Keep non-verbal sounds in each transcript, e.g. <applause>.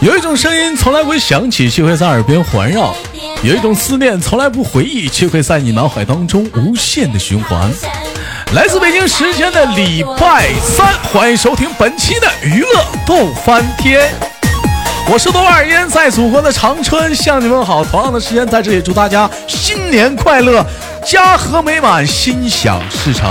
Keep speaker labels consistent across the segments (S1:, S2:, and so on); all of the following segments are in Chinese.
S1: 有一种声音从来不会响起，却会在耳边环绕；有一种思念从来不回忆，却会在你脑海当中无限的循环。来自北京时间的礼拜三，欢迎收听本期的娱乐逗翻天。我是豆瓣烟，在祖国的长春向你问好。同样的时间，在这里祝大家新年快乐，家和美满，心想事成。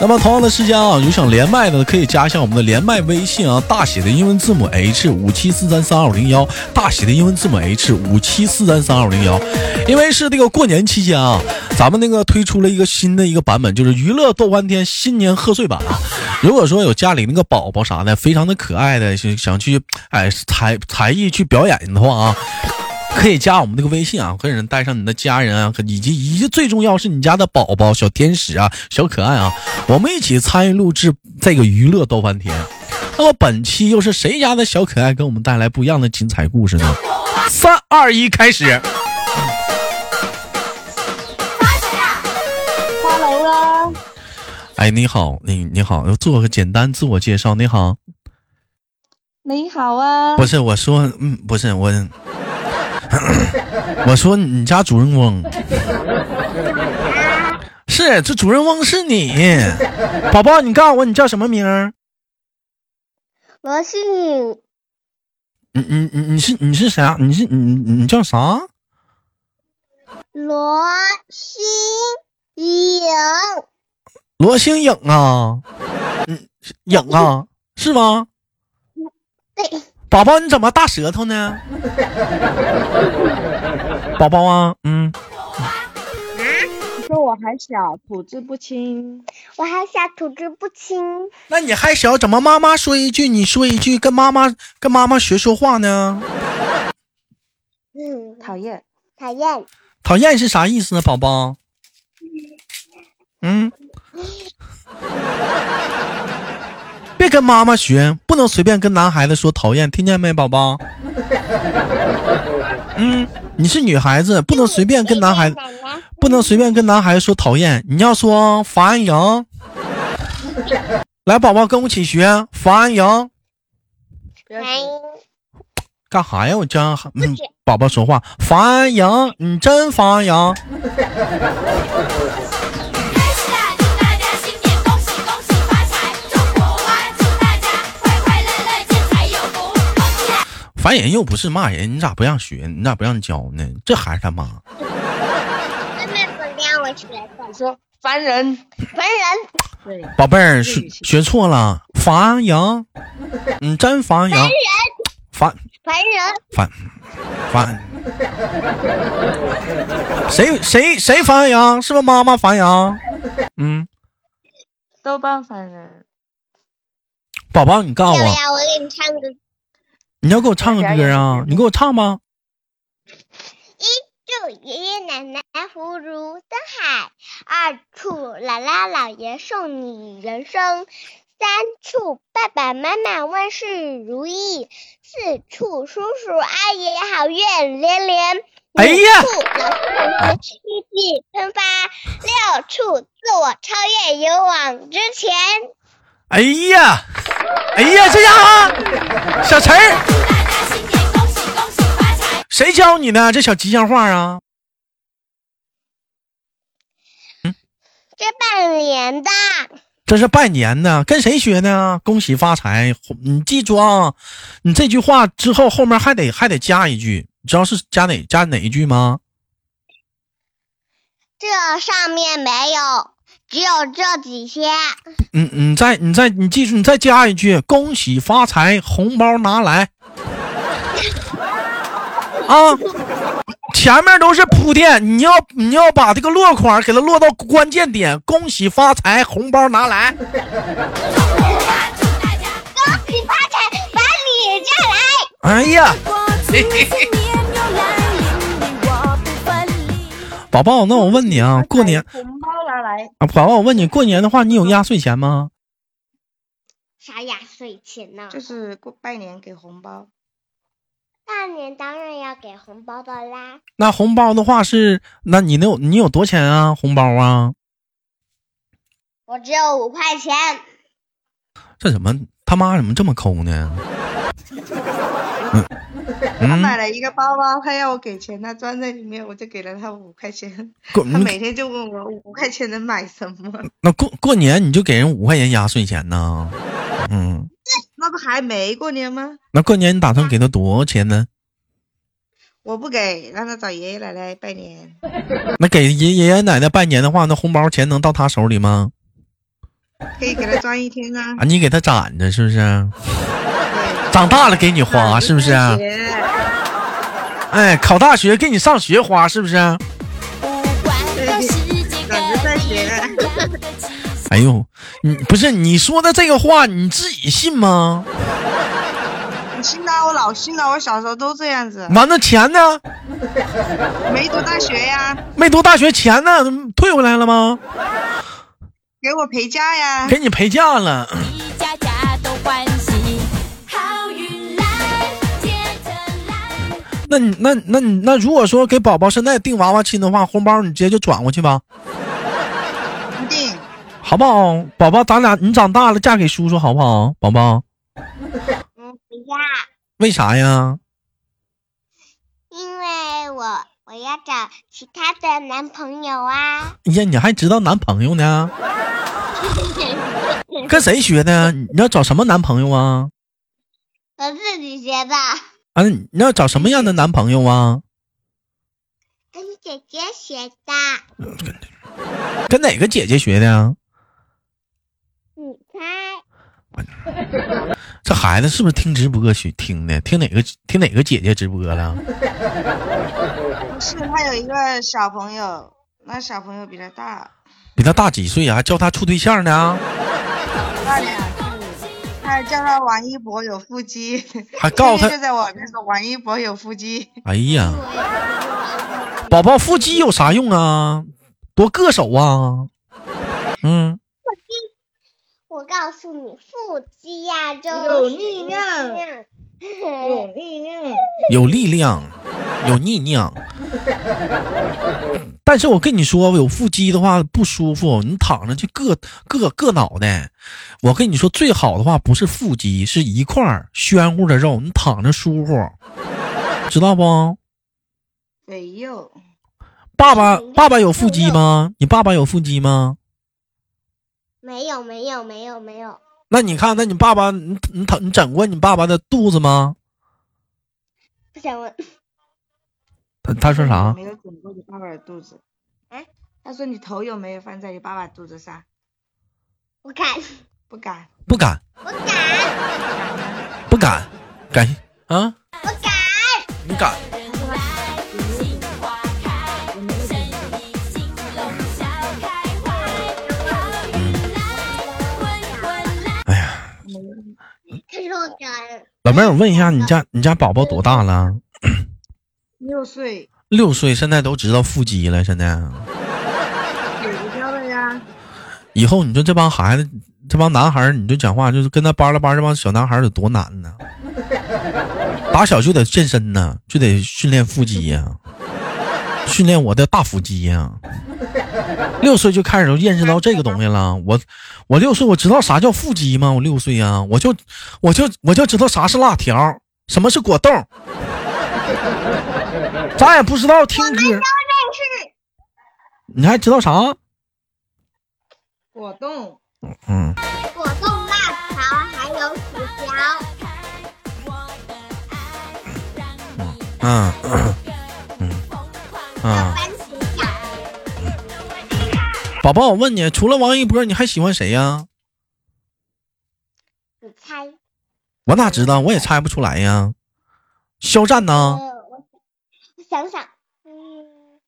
S1: 那么同样的时间啊，有想连麦的可以加一下我们的连麦微信啊，大写的英文字母 H 五七四三三二五零幺，大写的英文字母 H 五七四三三二五零幺。因为是这个过年期间啊，咱们那个推出了一个新的一个版本，就是娱乐逗翻天新年贺岁版啊。如果说有家里那个宝宝啥的，非常的可爱的，想想去哎才才艺去表演的话啊。可以加我们那个微信啊，可以带上你的家人啊，以及以及最重要是你家的宝宝小天使啊、小可爱啊，我们一起参与录制这个娱乐逗翻天。那么本期又是谁家的小可爱给我们带来不一样的精彩故事呢？三二一，开始！
S2: Hello 啊，
S1: 哎，你好，你你好，做个简单自我介绍。你好，
S2: 你好啊，
S1: 不是我说，嗯，不是我， <coughs> 我说你家主人翁是这主人翁是你，宝宝，你告诉我你叫什么名儿？
S2: 我是你，
S1: 你你你你是你是啥？你是你你你叫啥？
S2: 罗新颖，
S1: 罗星影啊，嗯，影啊，是吗？
S2: 对，
S1: 宝宝，你怎么大舌头呢？宝宝啊，嗯，
S3: 说我还小，吐字不清。
S2: 我还想吐字不清，
S1: 那你还小，怎么妈妈说一句你说一句，跟妈妈跟妈妈学说话呢？
S2: 嗯，
S3: 讨厌，
S2: 讨厌，
S1: 讨厌是啥意思呢，宝宝？嗯，别跟妈妈学，不能随便跟男孩子说讨厌，听见没，宝宝？嗯，你是女孩子，不能随便跟男孩子，
S2: 哎
S1: 不能随便跟男孩子说讨厌。你要说烦人，来，宝宝跟我一起学烦人。
S3: 不要
S2: 欢
S3: 紧
S2: 迎
S1: 干啥呀？我真嗯，宝宝说话烦人，你真烦人。
S4: 开始啦！祝大家新年恭喜恭喜发财！中国娃，祝大家快快乐乐，健财有福！恭喜啦！
S1: 烦人又不是骂人，你咋不让学？你咋不让教呢？这孩子他妈！
S2: 妹妹不让我学的，
S3: 你说烦人，
S2: 烦人，
S3: 对，
S1: 宝贝儿
S3: 是
S1: 学学错了，烦人，你真烦人，烦
S2: 烦人，
S1: 烦烦，谁谁谁烦人？是不是妈妈烦人？嗯，
S3: 豆瓣烦人。
S1: 宝宝，你告诉
S2: 要
S1: 我
S2: 不，要我给你唱个
S1: 你要给我唱个歌啊？你给我唱吧。
S2: 一祝爷爷奶奶福如东海，二祝姥姥姥爷送你人生，三祝爸爸妈妈万事如意，四祝叔叔阿姨好运连连，五
S1: 哎呀
S2: 祝老师同学意气喷发，六祝自我超越勇往直前。
S1: 哎呀，哎呀，这家伙，小陈儿，
S4: 祝大家新年恭喜恭喜发财！
S1: 谁教你的这小吉祥话啊？
S2: 这半年的
S1: 这是拜年呢，跟谁学呢？恭喜发财！你记住啊，你这句话之后后面还得还得加一句，你知道是加哪加哪一句吗？
S2: 这上面没有，只有这几些。
S1: 嗯，你再你再你记住，你再加一句，恭喜发财，红包拿来。啊，前面都是铺垫，你要你要把这个落款给它落到关键点，恭喜发财，红包拿来。
S2: 恭喜发财，把你叫来。
S1: 哎呀，宝宝，那我问你啊，过年
S3: 红包拿来，
S1: 啊，宝宝，我问你，过年的话，你有压岁钱吗？
S2: 啥压岁钱呢？
S3: 就是过拜年给红包，
S2: 大年当然要给红包的啦，
S1: 那红包的话是，那你能有你有多钱啊？红包啊？
S2: 我只有五块钱，
S1: 这怎么他妈怎么这么抠呢？
S3: 他
S1: 嗯，
S3: 买了一个包包，他要我给钱，他装在里面，我就给了他五块钱。
S1: 过
S3: 他
S1: 你
S3: 每天就问我五块钱能买什么， <laughs>
S1: 那过过年你就给人五块钱压岁钱呢？嗯，
S3: 那不还没过年吗？
S1: 那过年你打算给他多少钱呢？
S3: 我不给，让他找爷爷奶奶拜年。
S1: 那给爷爷爷奶奶拜年的话，那红包钱能到他手里吗？
S3: 可以给他装一
S1: <laughs>
S3: 天啊。
S1: 啊，你给他攒着是不是？
S3: 对嗯
S1: 长大了给你花是不是？啊
S3: 对
S1: 哎，考大学给你上学花是不是？
S4: 不管这世界各地不
S1: <laughs>
S4: 同的气息。
S1: 哎呦，你不是你说的这个话你自己信吗？
S3: 我信啊，我老信了，我小时候都这样子，
S1: 完了钱呢？
S3: 没读大学呀、
S1: 没读大学钱呢？退回来了吗？
S3: 给我陪嫁呀、
S1: 给你陪嫁了。
S4: 一家家都欢喜，好运来，接着来。
S1: <coughs> 那你那那你那如果说给宝宝现在订娃娃亲的话，红包你直接就转过去吧，
S3: 不定
S1: 好不好？宝宝，咱俩你长大了嫁给叔叔好不好？宝宝，
S2: 嗯，不要，
S1: 为啥呀？
S2: 因为我我要找其他的男朋友啊。
S1: 哎呀，你还知道男朋友呢？跟谁学的？你要找什么男朋友啊？
S2: 我自己学的，
S1: 啊，你要找什么样的男朋友啊？
S2: 跟姐姐学的。
S1: 跟哪个姐姐学的呀？
S2: 你猜，
S1: 这孩子是不是听直播学听的？听哪个听哪个姐姐直播了？
S3: 不是他有一个小朋友，那小朋友比他大，
S1: 比他大几岁啊？还教他处对象呢？
S3: 大两岁，他叫他王一博有腹肌，
S1: 还告诉
S3: 天天
S1: 他？
S3: 就在网上说王一博有腹肌，
S1: 哎呀，宝宝腹肌有啥用啊？多硌手啊！嗯，
S2: 我告诉你，腹肌呀、就
S3: 有
S2: 是
S3: 力
S2: <laughs>
S3: 量
S2: 力量
S3: 力量。
S1: 有力量，有力量。但是我跟你说，有腹肌的话不舒服，你躺着就硌硌硌脑袋。我跟你说，最好的话不是腹肌，是一块儿暄乎的肉，你躺着舒服，知道不？
S3: 肥肉，
S1: 爸爸，爸爸有腹肌吗？你爸爸有腹肌吗？
S2: 没有没有没有没有，
S1: 那你看，那你爸爸，你你躺你整过你爸爸的肚子吗？
S2: 不想问。
S1: 他他说啥？
S3: 没有整过你爸爸的肚子。
S2: 哎，
S3: 他说你头有没有放在你爸爸肚子上？
S2: 我 <laughs> 看，
S3: 不敢。
S1: 不敢，
S2: 我敢，
S1: 不敢，敢啊？
S2: 我敢，
S1: 你敢？
S4: 人来，心花开，生意兴隆笑开怀。好运来，滚滚来。
S1: 哎呀，
S2: 他说我敢。
S1: 老妹儿，我问一下，你家你家宝宝多大了？
S3: 六岁
S1: 六岁，现在都知道腹肌了，现在
S3: 有一条了呀，
S1: 以后你说这帮孩子，这帮男孩儿，你就讲话就是跟他巴拉巴拉这帮小男孩儿有多难呢？打小就得健身呢，就得训练腹肌呀、训练我的大腹肌呀、六岁就开始认识到这个东西了。我我六岁我知道啥叫腹肌吗？我六岁呀、我就我就我就知道啥是辣条，什么是果冻，咱也不知道听歌，你还知道啥？
S3: 果冻。
S1: 嗯。
S2: 果冻、辣条还有薯条，
S1: 嗯嗯嗯，
S2: 番茄酱。
S1: 宝宝，我问你，除了王一博，你还喜欢谁呀、
S2: 你猜？
S1: 我哪知道？我也猜不出来呀。肖战呢？
S2: 呃，我我想想，嗯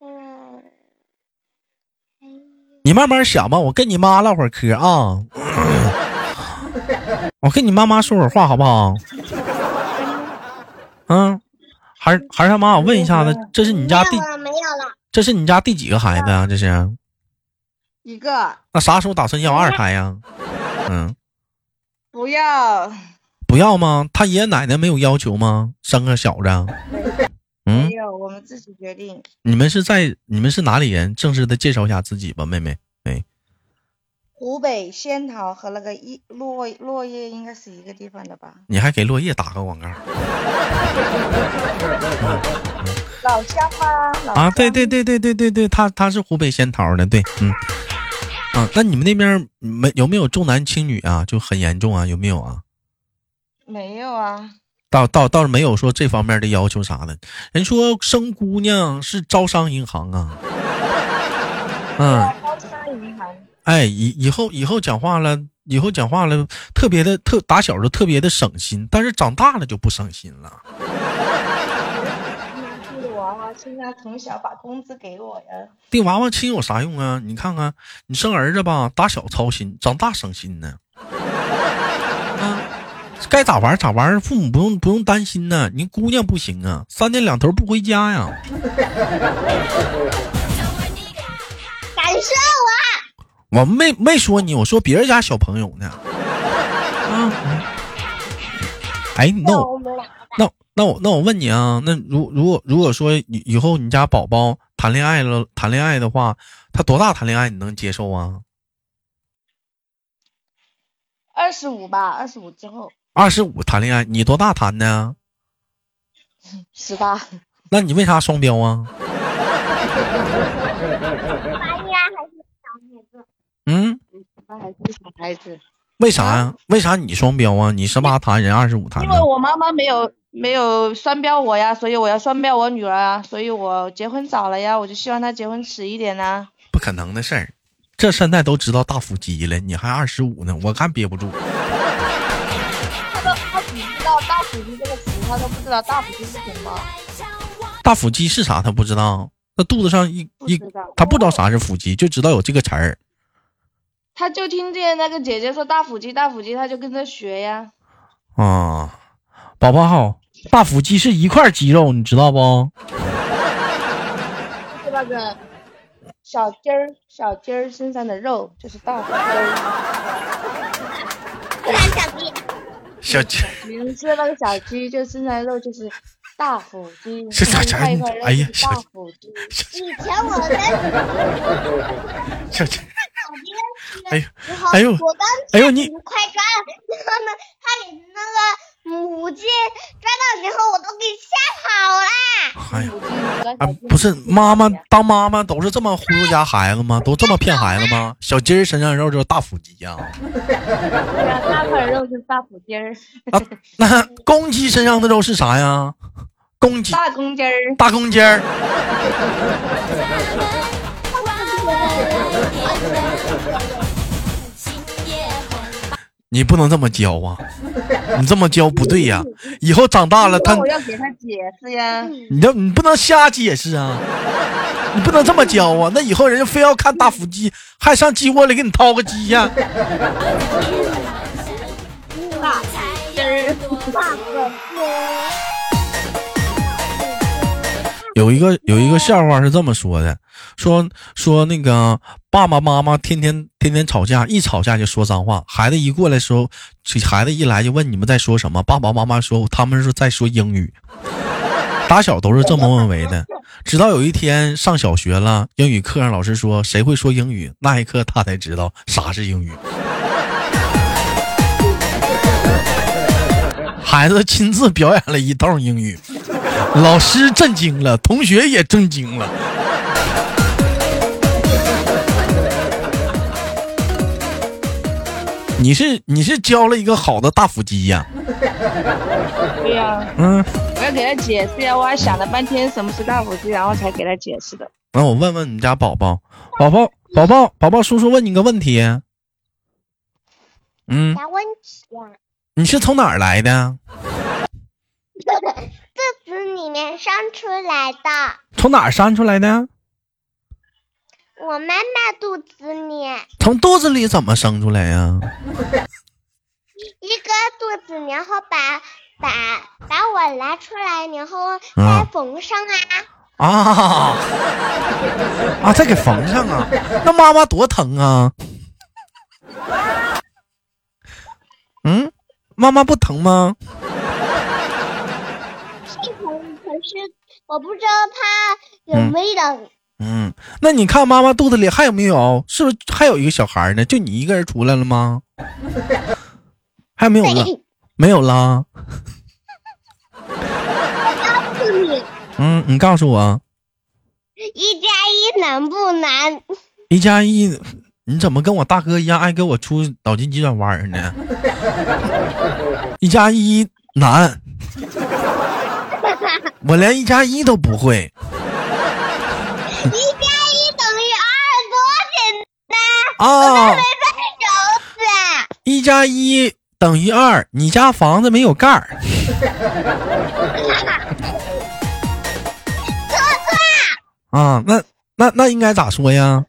S2: 嗯，哎呀
S1: 你慢慢想吧，我跟你妈唠会儿嗑啊。我跟你妈妈说会儿话，好不好？嗯，还是还是他妈，我问一下子，这是你家第
S2: 没有啊了，没有了，
S1: 这是你家第几个孩子啊？这是？
S3: 一个
S1: 那啥时候打算要二胎呀、嗯，
S3: 不要，
S1: 不要吗？他爷爷奶奶没有要求吗？生个小子？嗯
S3: 没。有，我们自己决定。
S1: 你们是在你们是哪里人？正式的介绍一下自己吧，妹妹。哎，
S3: 湖北仙桃和那个一落落叶应该是一个地方的吧？
S1: 你还给落叶打个广告
S3: 老乡吗？老
S1: 啊？对对对对对对对，他他是湖北仙桃的，对，嗯，啊，那你们那边没有没有重男轻女啊？就很严重啊？有没有啊？
S3: 没有啊，
S1: 倒倒倒是没有说这方面的要求啥的。人说生姑娘是招商银行啊，嗯，
S3: 招商银行
S1: 哎，以以后以后讲话了，以后讲话了，特别的特打小就特别的省心，但是长大了就不省心了。
S3: 是娃娃亲啊，从小把工资给我呀。
S1: 定娃娃亲有啥用啊？你看看，你生儿子吧，打小操心，长大省心呢。啊，该咋玩儿咋玩儿，父母不用不用担心呢。你姑娘不行啊，三天两头不回家呀。
S2: 敢说我？
S1: 我没没说你，我说别人家小朋友呢。啊，哎，那我那那我那我问你啊，那如如果如果说以以后你家宝宝谈恋爱了，谈恋爱的话，他多大谈恋爱你能接受啊？
S3: 二十五吧，二十五之后，
S1: 二十五谈恋爱，你多大谈的？啊
S3: 十八。
S1: 那你为啥双标啊？
S2: 娃依然还是小孩子，
S1: 嗯，
S3: 那还是小孩子，
S1: 为啥呀？为啥你双标啊？你十八谈，人二十五谈
S3: 因
S1: 呢
S3: 为？我妈妈没有没有双标我呀，所以我要双标我女儿啊，所以我结婚早了呀，我就希望她结婚迟一点啊呐、
S1: 不可能的事儿，这现在都知道大腹肌了，你还二十五呢，我看憋不住。
S3: 她只知道大腹肌这个词，她都不知道大腹肌是什么。
S1: 大腹肌是啥？他不知道，他肚子上一
S3: 不
S1: 一
S3: 知道，
S1: 他不知道啥是腹肌，就知道有这个词儿。
S3: 她就听见那个姐姐说大腹肌大腹肌，她就跟着学呀。
S1: 啊，宝宝好，大腹肌是一块肌肉，你知道不？
S3: 就是那个小鸡儿小鸡儿身上的肉就是大腹肌，
S2: 不然小弟
S1: 小鸡，
S3: 你们吃那个小鸡就身上的肉就是大腹肌，
S1: 是啥
S3: 一块一块肉
S1: 哎呀
S3: 就是大
S1: 小
S3: 腹肌。
S2: 以前我跟
S1: 小鸡，哎呀，
S2: 然后
S1: 哎呦
S2: 我刚
S1: 哎呦你，
S2: 快抓了，然后呢，他给那个母鸡抓到以后，我都给吓跑了。
S1: 哎呀，
S3: 母鸡你刚才
S1: 啊，不是妈妈当妈妈都是这么忽悠家孩子吗？都这么骗孩子吗？小鸡儿身上肉就是大腹肌啊呀、
S3: 对啊，大块肉就是大腹肌儿，
S1: 啊，那公鸡身上的肉是啥呀？公鸡
S3: 大公鸡儿。
S1: 大公鸡儿。你不能这么教啊！你这么教不对呀、以后长大了，他
S3: 那我要给他解释呀。
S1: 你这你不能瞎解释啊！你不能这么教啊！那以后人家非要看大腹肌，还上鸡窝里给你掏个鸡呀、有一个有一个笑话是这么说的，说说那个爸爸妈妈天天天天吵架，一吵架就说脏话，孩子一过来的时候，这孩子一来就问你们在说什么，爸爸妈妈说他们是在说英语， <laughs> 打小都是这么认为的，直到有一天上小学了，英语课上老师说谁会说英语，那一刻他才知道啥是英语。孩子亲自表演了一道英语。老师震惊了，同学也震惊了。你是你是教了一个好的大腹肌呀、
S3: 对呀、
S1: 嗯，
S3: 我要给他解释呀。我还想了半天什么是大腹肌，然后才给他解释的。
S1: 那我问问你们家宝宝，宝宝宝宝宝宝，叔叔问你个问题，嗯，
S2: 啥问啊题呀？
S1: 你是从哪儿来的？
S2: <laughs> 肚子里面生出来的，
S1: 从哪儿生出来的？
S2: 我妈妈肚子里
S1: 从肚子里怎么生出来呀、
S2: 一个肚子，然后把把把我拿出来，然后
S1: 啊
S2: 再缝上啊。
S1: 啊？啊再给缝上啊？那妈妈多疼啊！嗯，妈妈不疼吗？
S2: 可是我不知道它有没有
S1: 嗯，那你看妈妈肚子里还有没有？是不是还有一个小孩呢？就你一个人出来了吗？还有没有了？没有啦。
S2: 告诉你，
S1: 嗯，你告诉我，
S2: 一加一难不难？
S1: 一加一，你怎么跟我大哥一样爱给我出脑筋急转弯儿呢？一加一难，我连一加一都不会。
S2: 一加一等于二，多简单！
S1: 啊
S2: 没，分手死。啊
S1: 一加一等于二，你家房子没有盖儿。啊，那那那应该咋说呀？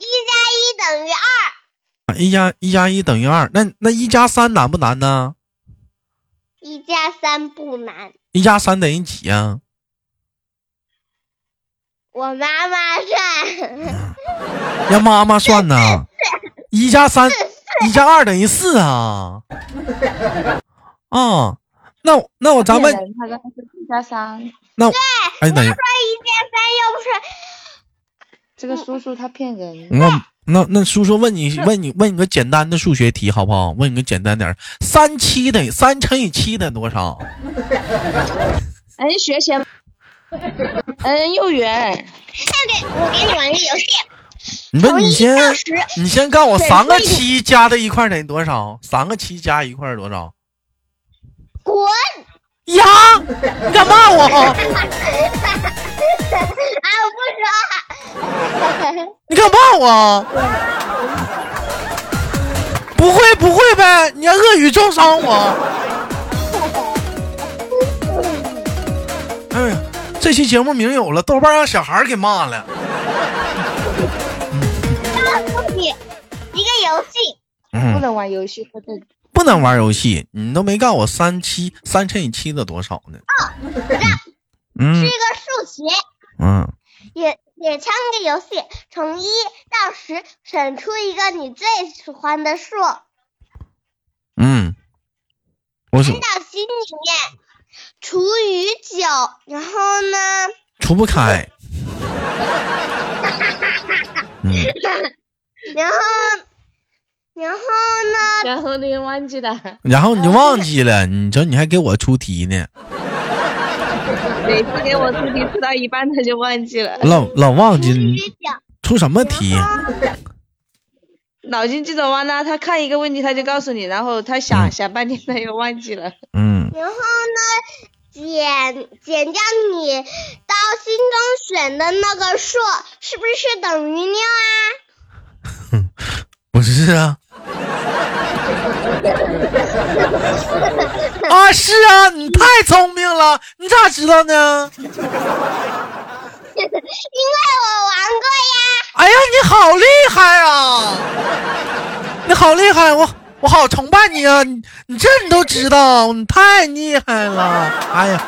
S2: 一加一等于二，
S1: 啊一加一加一等于二，那那一加三难不难呢？
S2: 一加三不难。
S1: 一加三等于几呀、
S2: 我妈妈 <laughs> 算，
S1: 让妈妈算呢。一加三，一加二等于四啊。啊，那我那我咱们
S3: 骗人他刚才是一加三，
S1: 那哎等一下，
S2: 一加三又不是
S3: 这个叔叔他骗人。
S1: 我那那叔叔问你问你问你个简单的数学题好不好？问你个简单点儿，三七等于三乘以七等于多少？
S3: 嗯，学前，嗯，幼儿园，
S2: 那给我给你玩个游戏，
S1: 你
S2: 从
S1: 问
S2: 一
S1: 你先
S2: 到十
S1: 你先告诉我
S2: 对
S1: 三个
S2: 所以你
S1: 七加在一块儿等于多少？三个七加一块儿多少？
S2: 滚！
S1: 呀，你敢骂
S2: <laughs>
S1: 我？
S2: 啊，我不说。
S1: 你敢骂我？不会不会呗，你要恶语中伤我。哎呀，这期节目名有了，豆瓣让小孩给骂了。
S2: <laughs> 告诉你一个游戏，
S3: 不
S1: 嗯，
S3: 能玩游戏，不能。
S1: 不能玩游戏，你都没告诉我三七三乘以七的多少呢？
S2: 是
S1: 嗯
S2: 一个数学，
S1: 嗯，
S2: 也也像个游戏，从一到十选出一个你最喜欢的数，按
S1: 嗯，我是
S2: 到心里面除以九，然后呢，
S1: 除不开。嗯，
S2: 然后然后呢，
S3: <laughs> 然后你忘记了，
S1: 然后你就忘记了，你说你还给我出题呢。
S3: 每次给我出题出到一半他就忘记了，
S1: 老老忘记
S2: 除以
S1: 你
S2: 九，
S1: 出什么题？
S3: 脑筋急转弯呢，他看一个问题他就告诉你，然后他想、想半天他又忘记了。
S1: 嗯
S2: 然后呢，减减掉你到心中选的那个数，是不是等于六啊？，
S1: 不是啊。啊，是啊，你太聪明了，你咋知道呢？
S2: 因为我玩过呀。
S1: 哎呀，你好厉害啊！你好厉害，我我好崇拜你啊！你你这你都知道，你太厉害了！哎呀。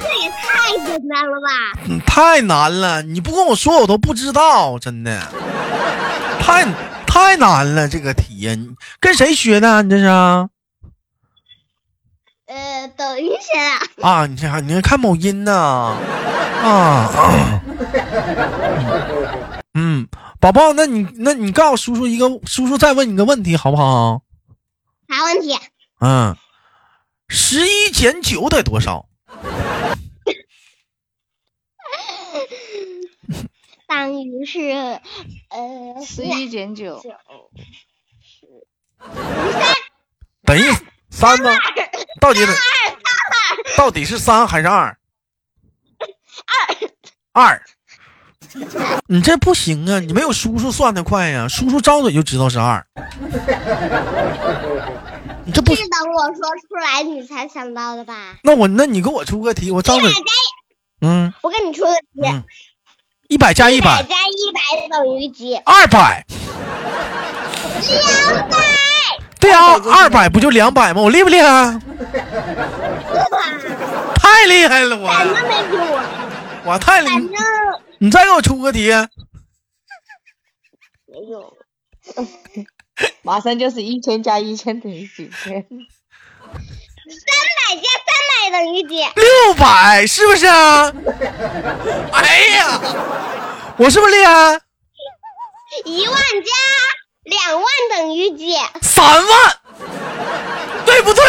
S2: 这也太简单了吧！
S1: 嗯太难了，你不跟我说我都不知道，真的，太太难了这个题呀！你跟谁学的？你这是啊？
S2: 呃，抖音学的，
S1: 啊你这还你还看某音呢？啊，嗯，宝宝，那你那你告诉叔叔一个，叔叔再问你个问题好不好？
S2: 啥问题？
S1: 嗯，十一减九得多少？
S2: 等于是，呃，
S3: 十一减九，
S1: 等于三吗？到底到底是三还是二？二二，你这不行啊！你没有叔叔算的快呀、叔叔张嘴就知道是二。你这不，
S2: 是等我说出来你才想到的吧？
S1: 那我那你给我出个题，我张
S2: 一
S1: 嘴
S2: 百，加一，
S1: 嗯，
S2: 我跟你出个题
S1: 嗯：一百加一
S2: 一百
S1: 百，
S2: 加一百等于几？
S1: 二百，
S2: 两百。
S1: 对啊，二百不就两百吗？我厉不厉害？啊太厉害了
S2: 反
S1: 我，
S2: 正没比我，
S1: 我太厉害
S2: 反，正
S1: 你再给我出个题，
S2: 没有。
S3: 马上就是一千加一千等于几千，
S2: 三百加三百百等于几？
S1: 六百是不是啊？哎呀，我是不是厉害？啊
S2: 一万加两万等于几？
S1: 三万，对不对？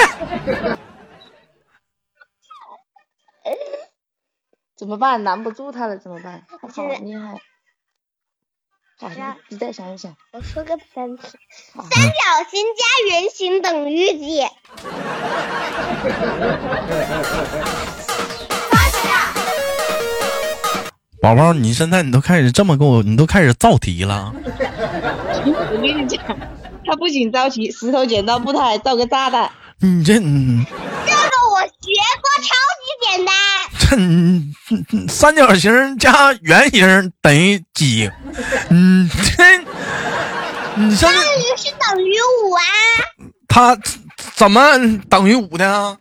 S3: 怎么办？拦不住他了，怎么办？他好
S2: 是
S3: 厉害。好，你你再想一想。
S2: 我说个三次。
S3: 好
S2: 三角形加圆形等于几？
S1: 宝宝，你现在你都开始这么跟我，你都开始造题了。
S3: 我跟你讲，他不仅着急，石头剪刀布，他还造个炸弹。
S1: 你这嗯你
S2: 这个我学过，超级简单。
S1: 这你你三角形加圆形等于几？嗯，这你像这
S2: 等于是等于五啊，
S1: 它怎么等于五呢？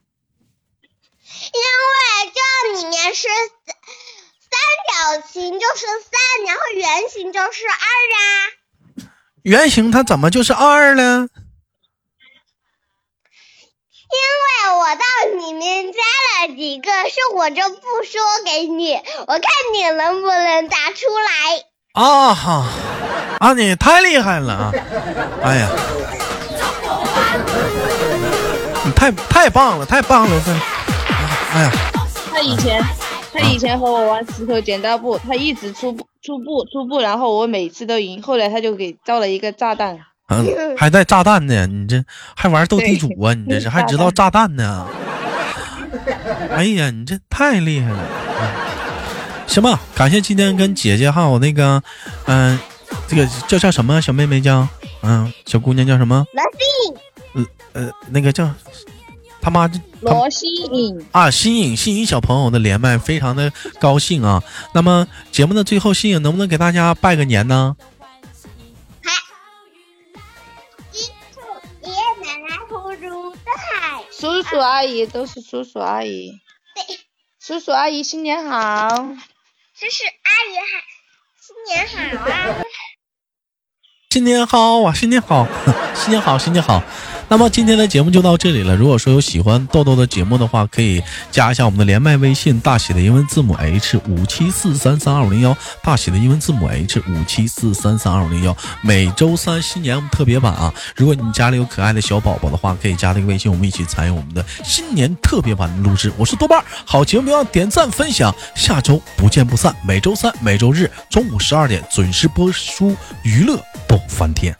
S2: 因为这里面是三三角形就是三，然后圆形就是二啊。
S1: 圆形它怎么就是二呢？
S2: 因为我到里面加了几个，是我就不说给你，我看你能不能答出来。
S1: 啊哈，啊你太厉害了啊！哎呀，你太太棒了，太棒了！这，哎呀，
S3: 他以前，他以前和我玩石头剪刀布，他一直出布出布出布，然后我每次都赢。后来他就给造了一个炸弹，
S1: 嗯，还带炸弹呢，你这还玩斗地主啊？你这是还知道炸弹呢？哎呀，你这太厉害了！嗯行吧，感谢今天跟姐姐还有那个，嗯、这个叫叫什么小妹妹叫，嗯、小姑娘叫什么？
S2: 老弟，
S1: 呃，那个叫他妈这他
S3: 罗西影。
S1: 啊，新颖新颖小朋友的连麦，非常的高兴啊。那么节目的最后，新颖能不能给大家拜个年呢？
S2: 一祝爷爷奶奶福如东海，
S3: 叔叔阿姨都是叔叔阿姨，叔叔阿姨新年好。
S2: 这是阿姨喊新年好啊！
S1: 新年好啊，新年好，新年好，新年好。那么今天的节目就到这里了。如果说有喜欢豆豆的节目的话，可以加一下我们的连麦微信，大写的英文字母 H 五七四三三二五零幺，大写的英文字母 H 五七四三三二五零幺。每周三新年我们特别版啊，如果你家里有可爱的小宝宝的话，可以加这个微信，我们一起参与我们的新年特别版的录制。我是豆瓣儿，好节目不要点赞分享，下周不见不散。每周三、每周日中午十二点准时播出娱乐逗翻天。